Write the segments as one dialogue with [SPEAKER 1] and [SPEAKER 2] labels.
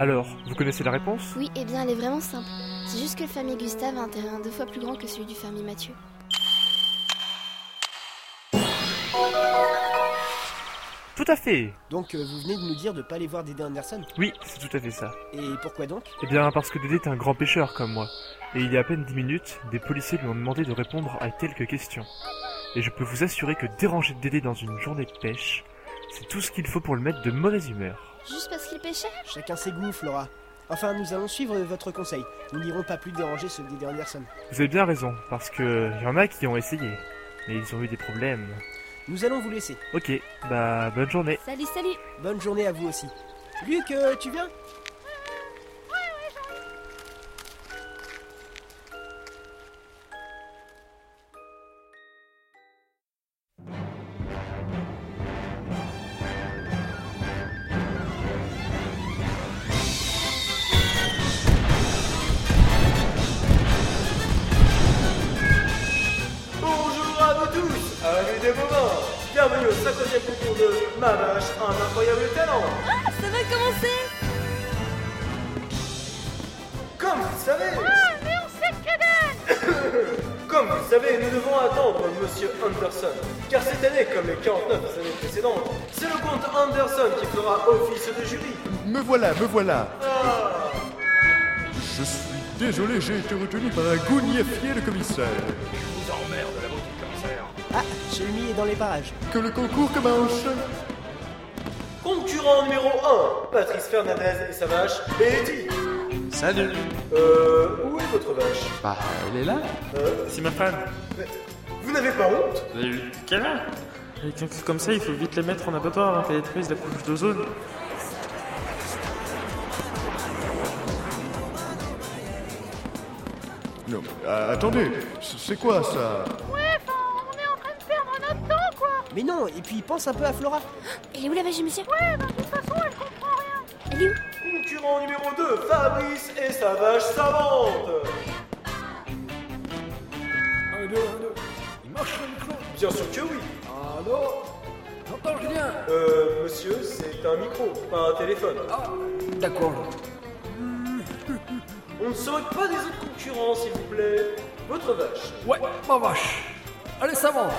[SPEAKER 1] Alors, vous connaissez la réponse
[SPEAKER 2] Oui, eh bien, elle est vraiment simple. C'est juste que le fermier Gustave a un terrain deux fois plus grand que celui du fermier Mathieu.
[SPEAKER 1] Tout à fait
[SPEAKER 3] Donc euh, vous venez de nous dire de pas aller voir Dédé Anderson.
[SPEAKER 1] Oui, c'est tout à fait ça.
[SPEAKER 3] Et pourquoi donc
[SPEAKER 1] Eh bien, parce que Dédé est un grand pêcheur comme moi. Et il y a à peine 10 minutes, des policiers lui ont demandé de répondre à quelques questions. Et je peux vous assurer que déranger Dédé dans une journée de pêche, c'est tout ce qu'il faut pour le mettre de mauvaise humeur.
[SPEAKER 2] Juste parce qu'il pêchait
[SPEAKER 3] Chacun ses goûts, Flora. Enfin, nous allons suivre euh, votre conseil. Nous n'irons pas plus déranger ce Dédé Anderson.
[SPEAKER 1] Vous avez bien raison, parce que y en a qui ont essayé. Mais ils ont eu des problèmes.
[SPEAKER 3] Nous allons vous laisser.
[SPEAKER 1] Ok, bah bonne journée.
[SPEAKER 4] Salut, salut
[SPEAKER 3] Bonne journée à vous aussi. Luc, euh, tu viens
[SPEAKER 5] Bonjour à vous tous, amis des moments. Bienvenue au 50e concours de Ma vache, un incroyable talent.
[SPEAKER 4] Ça va commencer
[SPEAKER 5] Comme vous le savez. Ah, mais on Comme vous le savez, nous devons attendre Monsieur Anderson. Car cette année, comme les 49 années précédentes, c'est le comte Anderson qui fera office de jury.
[SPEAKER 6] Me voilà, me voilà.
[SPEAKER 5] Ah.
[SPEAKER 6] Je suis désolé, j'ai été retenu par un gougnafier de commissaire.
[SPEAKER 3] Ah, j'ai mis est dans les parages.
[SPEAKER 6] Que le concours commence.
[SPEAKER 5] Concurrent numéro 1, Patrice Fernandez et sa vache, Betty.
[SPEAKER 7] Salut
[SPEAKER 5] Euh, où est votre vache
[SPEAKER 7] Bah, elle est là
[SPEAKER 5] Euh,
[SPEAKER 8] C'est ma femme.
[SPEAKER 5] vous n'avez pas honte
[SPEAKER 8] Quelle heure Avec un truc comme ça, il faut vite les mettre en abattoir avant qu'elle détruise la couche d'ozone.
[SPEAKER 6] Non, mais, euh, attendez, c- c'est quoi ça
[SPEAKER 3] Mais non, et puis pense un peu à Flora.
[SPEAKER 2] Elle est où la vache du monsieur Ouais,
[SPEAKER 7] bah,
[SPEAKER 2] de toute façon, elle comprend rien. Elle est où
[SPEAKER 5] Concurrent numéro 2, Fabrice et sa vache savante. Bien sûr que oui.
[SPEAKER 9] Allô J'entends rien
[SPEAKER 5] Euh, monsieur, c'est un micro, pas un téléphone.
[SPEAKER 9] Ah, D'accord.
[SPEAKER 5] On ne se moque pas des autres concurrents, s'il vous plaît. Votre vache.
[SPEAKER 9] Ouais, ma vache Allez, ça avance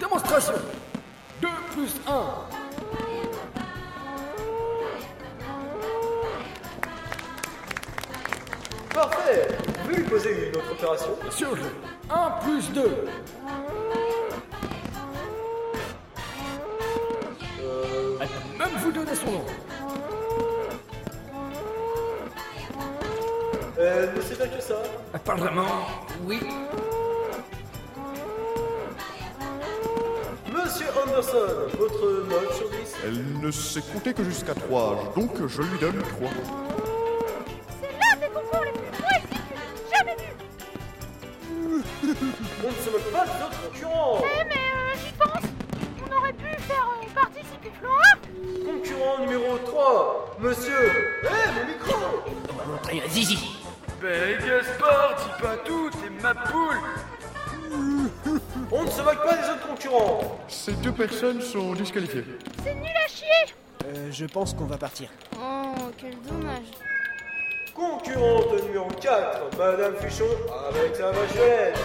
[SPEAKER 9] Démonstration 2 plus 1
[SPEAKER 5] Parfait. Vous lui poser une autre opération
[SPEAKER 9] sur le 1 plus 2
[SPEAKER 5] Euh,
[SPEAKER 9] Elle peut même vous donner son nom
[SPEAKER 5] elle Euh, ne sait pas que ça.
[SPEAKER 9] Elle parle vraiment Oui.
[SPEAKER 5] Monsieur Anderson, votre note sur 10
[SPEAKER 6] Elle ne sait compter que jusqu'à 3, donc je lui donne 3.
[SPEAKER 5] On ne se moque pas des autres concurrents. Concurrent numéro 3, monsieur. Eh, mon micro
[SPEAKER 9] Montrer un zizi
[SPEAKER 5] On ne se moque pas des autres concurrents.
[SPEAKER 6] Ces deux personnes sont disqualifiées.
[SPEAKER 3] Euh, je pense qu'on va partir.
[SPEAKER 2] Oh, quel dommage.
[SPEAKER 5] Concurrente numéro 4, Madame Fuchon avec sa vachette.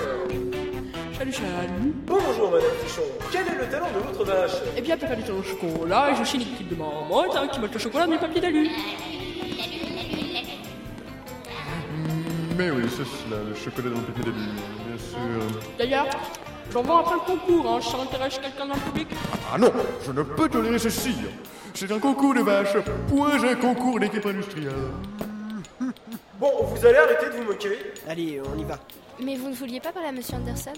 [SPEAKER 10] Salut, salut.
[SPEAKER 5] Bonjour Madame Fuchon, quel est le talent de votre vache
[SPEAKER 10] Eh bien, après faire du temps au chocolat, et je chine une petite de marmotte hein, qui mange le chocolat mais pas pied d'alu.
[SPEAKER 6] Mais oui, c'est cela, le chocolat dans le papier d'abus, bien sûr.
[SPEAKER 10] D'ailleurs, j'en vends après le concours, hein, si ça intéresse quelqu'un dans le public.
[SPEAKER 6] Ah non, je ne peux tolérer ceci. C'est un concours de vaches, point un concours d'équipe industrielle.
[SPEAKER 5] Bon, vous allez arrêter de vous moquer.
[SPEAKER 3] Allez, on y va.
[SPEAKER 2] Mais vous ne vouliez pas parler à monsieur Anderson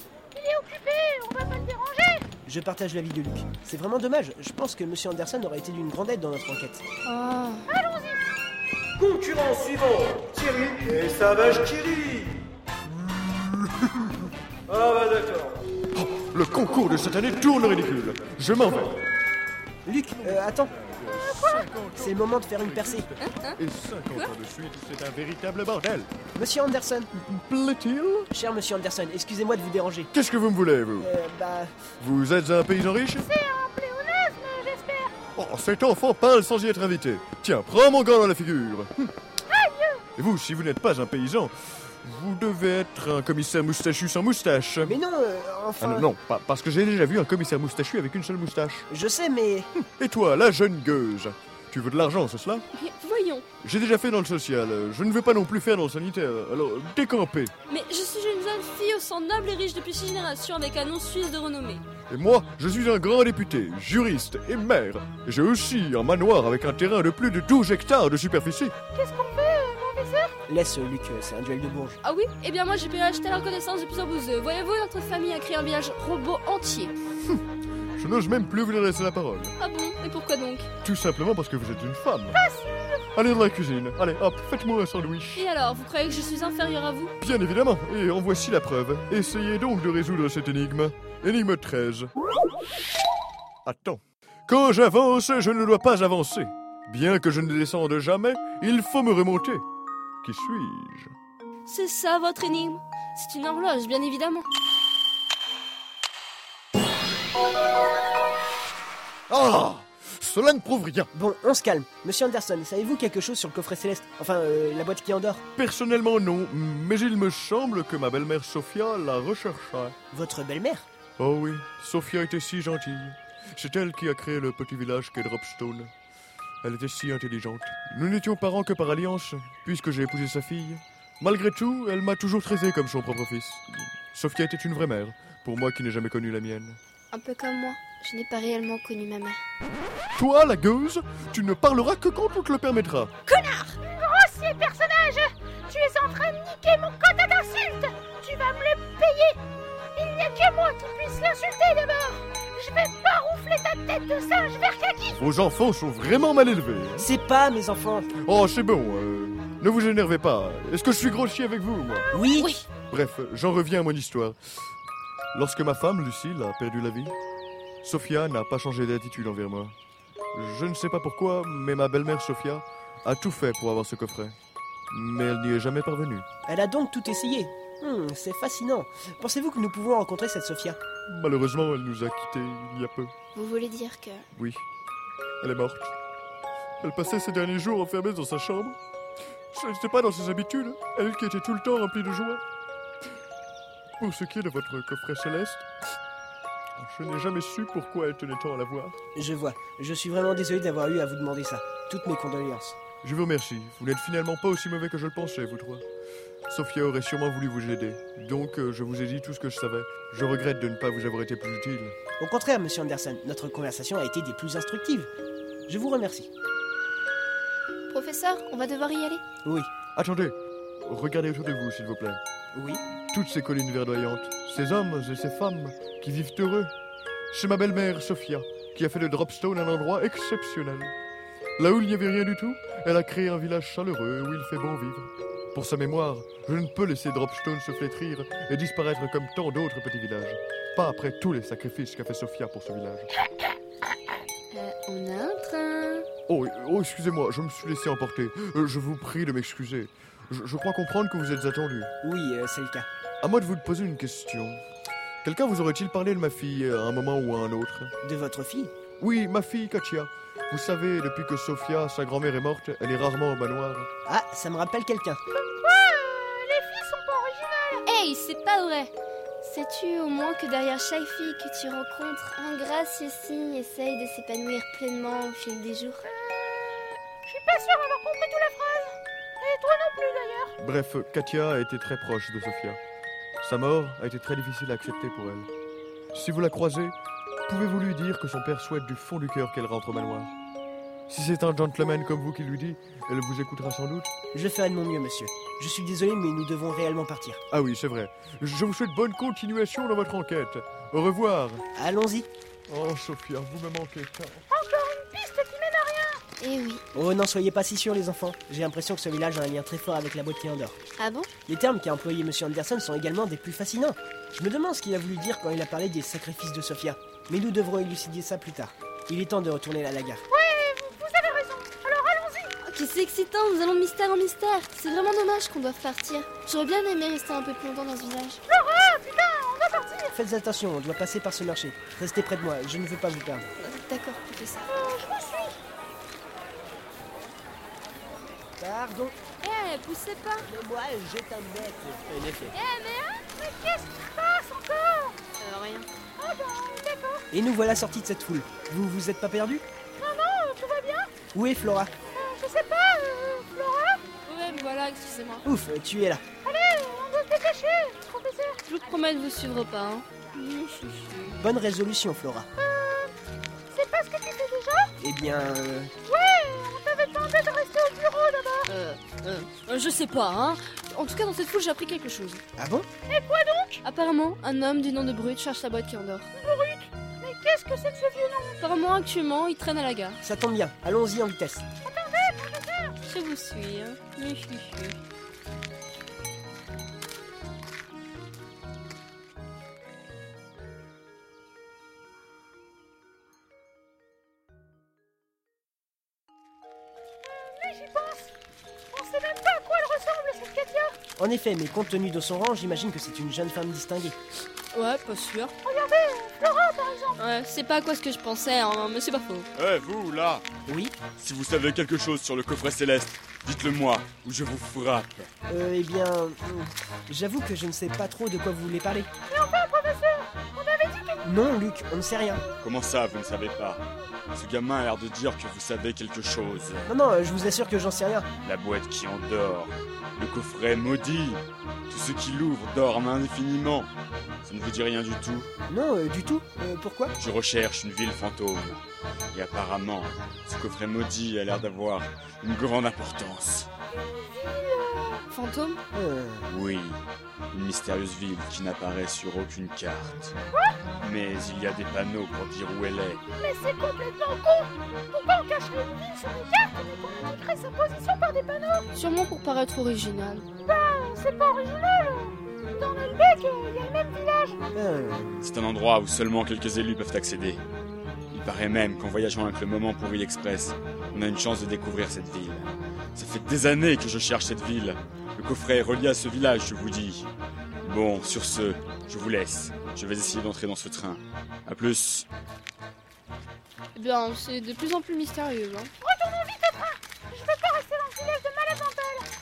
[SPEAKER 3] Je partage l'avis de Luc. C'est vraiment dommage. Je pense que Monsieur Anderson aurait été d'une grande aide dans notre enquête.
[SPEAKER 2] Oh.
[SPEAKER 5] Concurrent suivant, Thierry et sa vache Kiri. Ah bah d'accord.
[SPEAKER 6] Le concours de cette année tourne ridicule. Je m'en vais.
[SPEAKER 3] Luc, euh, attends. C'est le moment de faire une percée.
[SPEAKER 6] Et 50 ans de suite, c'est un véritable bordel.
[SPEAKER 3] Monsieur Anderson,
[SPEAKER 6] Plaît-il
[SPEAKER 3] cher Monsieur Anderson, excusez-moi de vous déranger. bah,
[SPEAKER 6] Qu'est-ce que vous me voulez, vous
[SPEAKER 3] Euh, bah,
[SPEAKER 6] Vous êtes un paysan riche Oh, cet enfant parle sans y être invité. Tiens, prends mon gant dans la figure. Hum. Et vous, si vous n'êtes pas un paysan, vous devez être un commissaire moustachu sans moustache.
[SPEAKER 3] Mais non, euh,
[SPEAKER 6] Ah
[SPEAKER 3] enfin.
[SPEAKER 6] non, non, pas- parce que j'ai déjà vu un commissaire moustachu avec une seule moustache.
[SPEAKER 3] Je sais, mais.
[SPEAKER 6] Et toi, la jeune gueuse Tu veux de l'argent, c'est cela
[SPEAKER 4] Mais voyons,
[SPEAKER 6] J'ai déjà fait dans le social, euh, je ne veux pas non plus faire dans le sanitaire, alors décampez.
[SPEAKER 4] mais je suis une jeune fille au sang noble et riche depuis six générations avec un nom suisse de renommée.
[SPEAKER 6] Et moi, je suis un grand député, juriste et maire. Et J'ai aussi un manoir avec un terrain de plus de 12 hectares de superficie.
[SPEAKER 3] Laisse, Luc, euh, c'est un duel de bourges.
[SPEAKER 4] Ah oui Eh bien moi j'ai pu acheter la reconnaissance de plusieurs bouseux. Voyez-vous, notre famille a créé un village robot entier.
[SPEAKER 6] Je n'ose même plus vous laisser la parole.
[SPEAKER 4] Ah bon Et pourquoi donc
[SPEAKER 6] Tout simplement parce que vous êtes une femme. Allez dans la cuisine, allez hop, faites-moi un sandwich.
[SPEAKER 4] Et alors, vous croyez que je suis inférieure à vous
[SPEAKER 6] Bien évidemment, et en voici la preuve. Essayez donc de résoudre cette énigme. Énigme 13. Attends. Quand j'avance, je ne dois pas avancer. Bien que je ne descende jamais, il faut me remonter. Qui suis-je
[SPEAKER 4] C'est ça votre énigme C'est une horloge, bien évidemment.
[SPEAKER 6] Ah Cela ne prouve rien.
[SPEAKER 3] Bon, on se calme. Monsieur Anderson, savez-vous quelque chose sur le coffret céleste Enfin, euh, la boîte qui endort
[SPEAKER 6] Personnellement, non, mais il me semble que ma belle-mère Sophia la rechercha.
[SPEAKER 3] Votre belle-mère
[SPEAKER 6] Oh oui, Sophia était si gentille. C'est elle qui a créé le petit village qu'est Dropstone. Elle était si intelligente. Nous n'étions parents que par alliance, puisque j'ai épousé sa fille. Malgré tout, elle m'a toujours traité comme son propre fils. Sophia était une vraie mère, pour moi qui n'ai jamais connu la mienne.
[SPEAKER 2] Un peu comme moi, je n'ai pas réellement connu ma mère.
[SPEAKER 6] Toi, la gueuse, tu ne parleras que quand on te le permettra.
[SPEAKER 7] Grossier Ah, personnage Tu es en train de niquer mon quota d'insultes Tu vas me le payer Il n'y a que moi qui puisse l'insulter d'abord Je vais baroufler ta tête de singe vers Kaki
[SPEAKER 6] Vos enfants sont vraiment mal élevés. hein.
[SPEAKER 3] C'est pas, mes enfants
[SPEAKER 6] Oh, c'est bon, euh, ne vous énervez pas. Est-ce que je suis grossier avec vous, moi
[SPEAKER 3] Oui,
[SPEAKER 4] Oui.
[SPEAKER 6] Bref, j'en reviens à mon histoire. Lorsque ma femme, Lucille, a perdu la vie, Sophia n'a pas changé d'attitude envers moi. Je ne sais pas pourquoi, mais ma belle-mère Sophia a tout fait pour avoir ce coffret. Mais elle n'y est jamais parvenue.
[SPEAKER 3] Elle a donc tout essayé. Hmm, c'est fascinant. Pensez-vous que nous pouvons rencontrer cette Sophia
[SPEAKER 6] Malheureusement, elle nous a quittés il y a peu.
[SPEAKER 2] Vous voulez dire que.
[SPEAKER 6] Oui, elle est morte. Elle passait ses derniers jours enfermée dans sa chambre. Ce n'était pas dans ses habitudes, elle qui était tout le temps remplie de joie. Pour ce qui est de votre coffret céleste, je n'ai jamais su pourquoi elle tenait tant à l'avoir.
[SPEAKER 3] Je vois. Je suis vraiment désolé d'avoir eu à vous demander ça. Toutes mes condoléances.
[SPEAKER 6] Je vous remercie, vous n'êtes finalement pas aussi mauvais que je le pensais, vous trois. Sophia aurait sûrement voulu vous aider, donc euh, je vous ai dit tout ce que je savais. Je regrette de ne pas vous avoir été plus utile.
[SPEAKER 3] Au contraire, monsieur Anderson, notre conversation a été des plus instructives. Je vous remercie.
[SPEAKER 2] Professeur, on va devoir y aller.
[SPEAKER 3] Oui.
[SPEAKER 6] Attendez, regardez autour de vous, s'il vous plaît.
[SPEAKER 3] Oui.
[SPEAKER 6] toutes ces collines verdoyantes, ces hommes et ces femmes qui vivent heureux. C'est ma belle-mère, Sophia, qui a fait de Dropstone un endroit exceptionnel. Là où il n'y avait rien du tout, elle a créé un village chaleureux où il fait bon vivre. Pour sa mémoire, je ne peux laisser Dropstone se flétrir et disparaître comme tant d'autres petits villages. Pas après tous les sacrifices qu'a fait Sophia pour ce village.
[SPEAKER 2] Euh, on a un train.
[SPEAKER 6] Oh, oh, excusez-moi, je me suis laissé emporter. Euh, Je vous prie de m'excuser. Je, je crois comprendre que vous êtes attendu.
[SPEAKER 3] Oui, euh, c'est le cas.
[SPEAKER 6] À moi de vous poser une question. Quelqu'un vous aurait-il parlé de ma fille euh, à un moment ou à un autre
[SPEAKER 3] De votre fille
[SPEAKER 6] Oui, ma fille Katia. Vous savez, depuis que Sofia, sa grand-mère, est morte, elle est rarement au manoir.
[SPEAKER 3] Ah, ça me rappelle quelqu'un.
[SPEAKER 7] Les filles sont pas originales
[SPEAKER 4] Hey, c'est pas vrai
[SPEAKER 2] Sais-tu au moins que derrière chaque fille que tu rencontres, un gracieux signe essaye de s'épanouir pleinement au fil des jours
[SPEAKER 7] Je suis pas sûre d'avoir compris toute la phrase Et toi non plus d'ailleurs
[SPEAKER 6] Bref, Katia a été très proche de Sofia. Sa mort a été très difficile à accepter pour elle. Si vous la croisez, pouvez-vous lui dire que son père souhaite du fond du cœur qu'elle rentre au manoir Si c'est un gentleman comme vous qui lui dit, elle vous écoutera sans doute.
[SPEAKER 3] Je ferai de mon mieux, monsieur. Je suis désolé, mais nous devons réellement partir.
[SPEAKER 6] Ah oui, c'est vrai. Je vous souhaite bonne continuation dans votre enquête. Au revoir.
[SPEAKER 3] Allons-y.
[SPEAKER 6] Oh, Sofia, vous me manquez tant.
[SPEAKER 7] Piste qui mène à rien
[SPEAKER 2] Eh oui.
[SPEAKER 3] Oh, n'en soyez pas si sûrs, les enfants. J'ai l'impression que ce village a un lien très fort avec la boîte qui endort.
[SPEAKER 2] Ah bon
[SPEAKER 3] Les termes qu'a employés monsieur Anderson sont également des plus fascinants. Je me demande ce qu'il a voulu dire quand il a parlé des sacrifices de Sophia. Mais nous devrons élucider ça plus tard. Il est temps de retourner à la gare.
[SPEAKER 7] Vous avez raison Alors allons-y
[SPEAKER 2] Ok, c'est excitant, nous allons de mystère en mystère. C'est vraiment dommage qu'on doive partir. J'aurais bien aimé rester un peu plus longtemps dans ce village.
[SPEAKER 3] Faites attention, on doit passer par ce marché. Restez près de moi, je ne veux pas vous perdre.
[SPEAKER 2] D'accord, professeur.
[SPEAKER 7] Je vous suis
[SPEAKER 3] Pardon.
[SPEAKER 4] Eh, poussez pas
[SPEAKER 3] Mais moi, je t'embête. En effet.
[SPEAKER 2] Eh mais hein Mais qu'est-ce qui se passe encore
[SPEAKER 4] Euh, rien.
[SPEAKER 2] Ah bon, d'accord.
[SPEAKER 3] Et nous voilà sortis de cette foule. Vous vous êtes pas perdus
[SPEAKER 2] Non, non, tout va bien
[SPEAKER 3] Où est Flora
[SPEAKER 2] Euh, Je sais pas, euh, Flora
[SPEAKER 4] Ouais, mais voilà, excusez-moi.
[SPEAKER 3] Ouf, tu es là.
[SPEAKER 2] Allez, on doit se dépêcher, professeur.
[SPEAKER 4] Je vous promets de vous suivre pas, hein.
[SPEAKER 3] Bonne résolution, Flora.
[SPEAKER 2] Euh, C'est pas ce que tu fais déjà
[SPEAKER 3] Eh bien, euh,
[SPEAKER 2] Ouais, on t'avait demandé de rester au bureau d'abord.
[SPEAKER 4] Euh, euh, euh, je sais pas, hein. En tout cas, dans cette foule, j'ai appris quelque chose.
[SPEAKER 3] ah bon
[SPEAKER 2] Et quoi donc
[SPEAKER 4] Apparemment, un homme du nom de Brut cherche sa boîte qui endort.
[SPEAKER 2] Mais qu'est-ce que c'est que ce vieux nom
[SPEAKER 4] Apparemment, actuellement, il traîne à la gare.
[SPEAKER 3] Ça tombe bien. Allons-y en vitesse.
[SPEAKER 4] Je vous suis, hein. Mais je suis sûre.
[SPEAKER 2] Mais j'y pense. On sait même pas à quoi elle ressemble, cette Katia.
[SPEAKER 3] En effet, mais compte tenu de son rang, j'imagine que c'est une jeune femme distinguée.
[SPEAKER 4] Ouais, pas sûr.
[SPEAKER 2] Regardez, Flora, par exemple.
[SPEAKER 4] Ouais, c'est pas à quoi ce que je pensais, hein, mais c'est pas faux.
[SPEAKER 5] Eh vous là
[SPEAKER 3] Oui
[SPEAKER 5] Si vous savez quelque chose sur le coffret céleste, dites-le moi, ou je vous frappe.
[SPEAKER 3] Euh, eh bien, euh, j'avoue que je ne sais pas trop de quoi vous voulez parler.
[SPEAKER 2] Mais enfin, professeur, on avait dit qu'elle...
[SPEAKER 3] Non, Luc, on ne sait rien.
[SPEAKER 5] Comment ça, vous ne savez pas Ce gamin a l'air de dire que vous savez quelque chose.
[SPEAKER 3] Non, non, euh, je vous assure que j'en sais rien.
[SPEAKER 5] La boîte qui endort, le coffret maudit, tous ceux qui l'ouvrent dorment indéfiniment. Ça ne vous dit rien du tout
[SPEAKER 3] Non, euh, du tout. Euh, pourquoi
[SPEAKER 5] Je recherche une ville fantôme. Et apparemment, ce coffret maudit a l'air d'avoir une grande importance.
[SPEAKER 4] Fantôme
[SPEAKER 3] Euh,
[SPEAKER 5] Oui, une mystérieuse ville qui n'apparaît sur aucune carte. Mais il y a des panneaux pour dire où elle est.
[SPEAKER 2] Mais c'est complètement con Pourquoi on cacherait une ville sur des cartes et qu'on indiquerait sa position par des panneaux
[SPEAKER 4] Sûrement pour paraître original.
[SPEAKER 2] Euh, C'est pas original Dans l'Albec, il y a le même village
[SPEAKER 3] euh,
[SPEAKER 5] C'est un endroit où seulement quelques élus peuvent accéder. Il paraît même qu'en voyageant avec le moment pourri express, on a une chance de découvrir cette ville. Ça fait des années que je cherche cette ville. Le coffret est relié à ce village, je vous dis. Bon, sur ce, je vous laisse. Je vais essayer d'entrer dans ce train. A plus.
[SPEAKER 4] Eh bien, c'est de plus en plus mystérieux, hein.
[SPEAKER 2] Retournons vite au train Je veux pas rester dans le village de Malamantal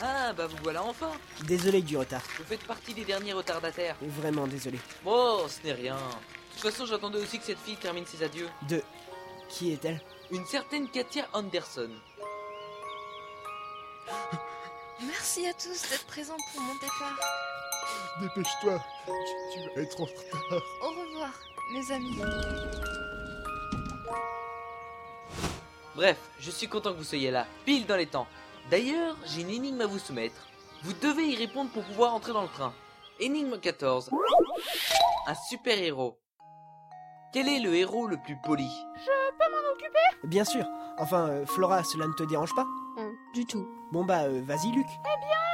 [SPEAKER 11] Ah, bah vous voilà enfin
[SPEAKER 3] désolé du retard.
[SPEAKER 11] Vous faites partie des derniers retardataires.
[SPEAKER 3] Vraiment désolé.
[SPEAKER 11] Oh, ce n'est rien. De toute façon, j'attendais aussi que cette fille termine ses adieux.
[SPEAKER 3] De... Qui est-elle
[SPEAKER 11] Une certaine Katia Anderson.
[SPEAKER 12] Merci à tous d'être présents pour mon départ.
[SPEAKER 6] Dépêche-toi, tu, tu vas être en retard.
[SPEAKER 12] Au revoir, mes amis.
[SPEAKER 11] Bref, je suis content que vous soyez là, pile dans les temps. D'ailleurs, j'ai une énigme à vous soumettre. Vous devez y répondre pour pouvoir entrer dans le train. Énigme 14. Un super-héros. Quel est le héros le plus poli
[SPEAKER 3] Bien sûr. Enfin, euh, Flora, cela ne te dérange pas
[SPEAKER 4] Hein, du tout.
[SPEAKER 3] Bon bah, euh, vas-y, Luc.
[SPEAKER 2] Eh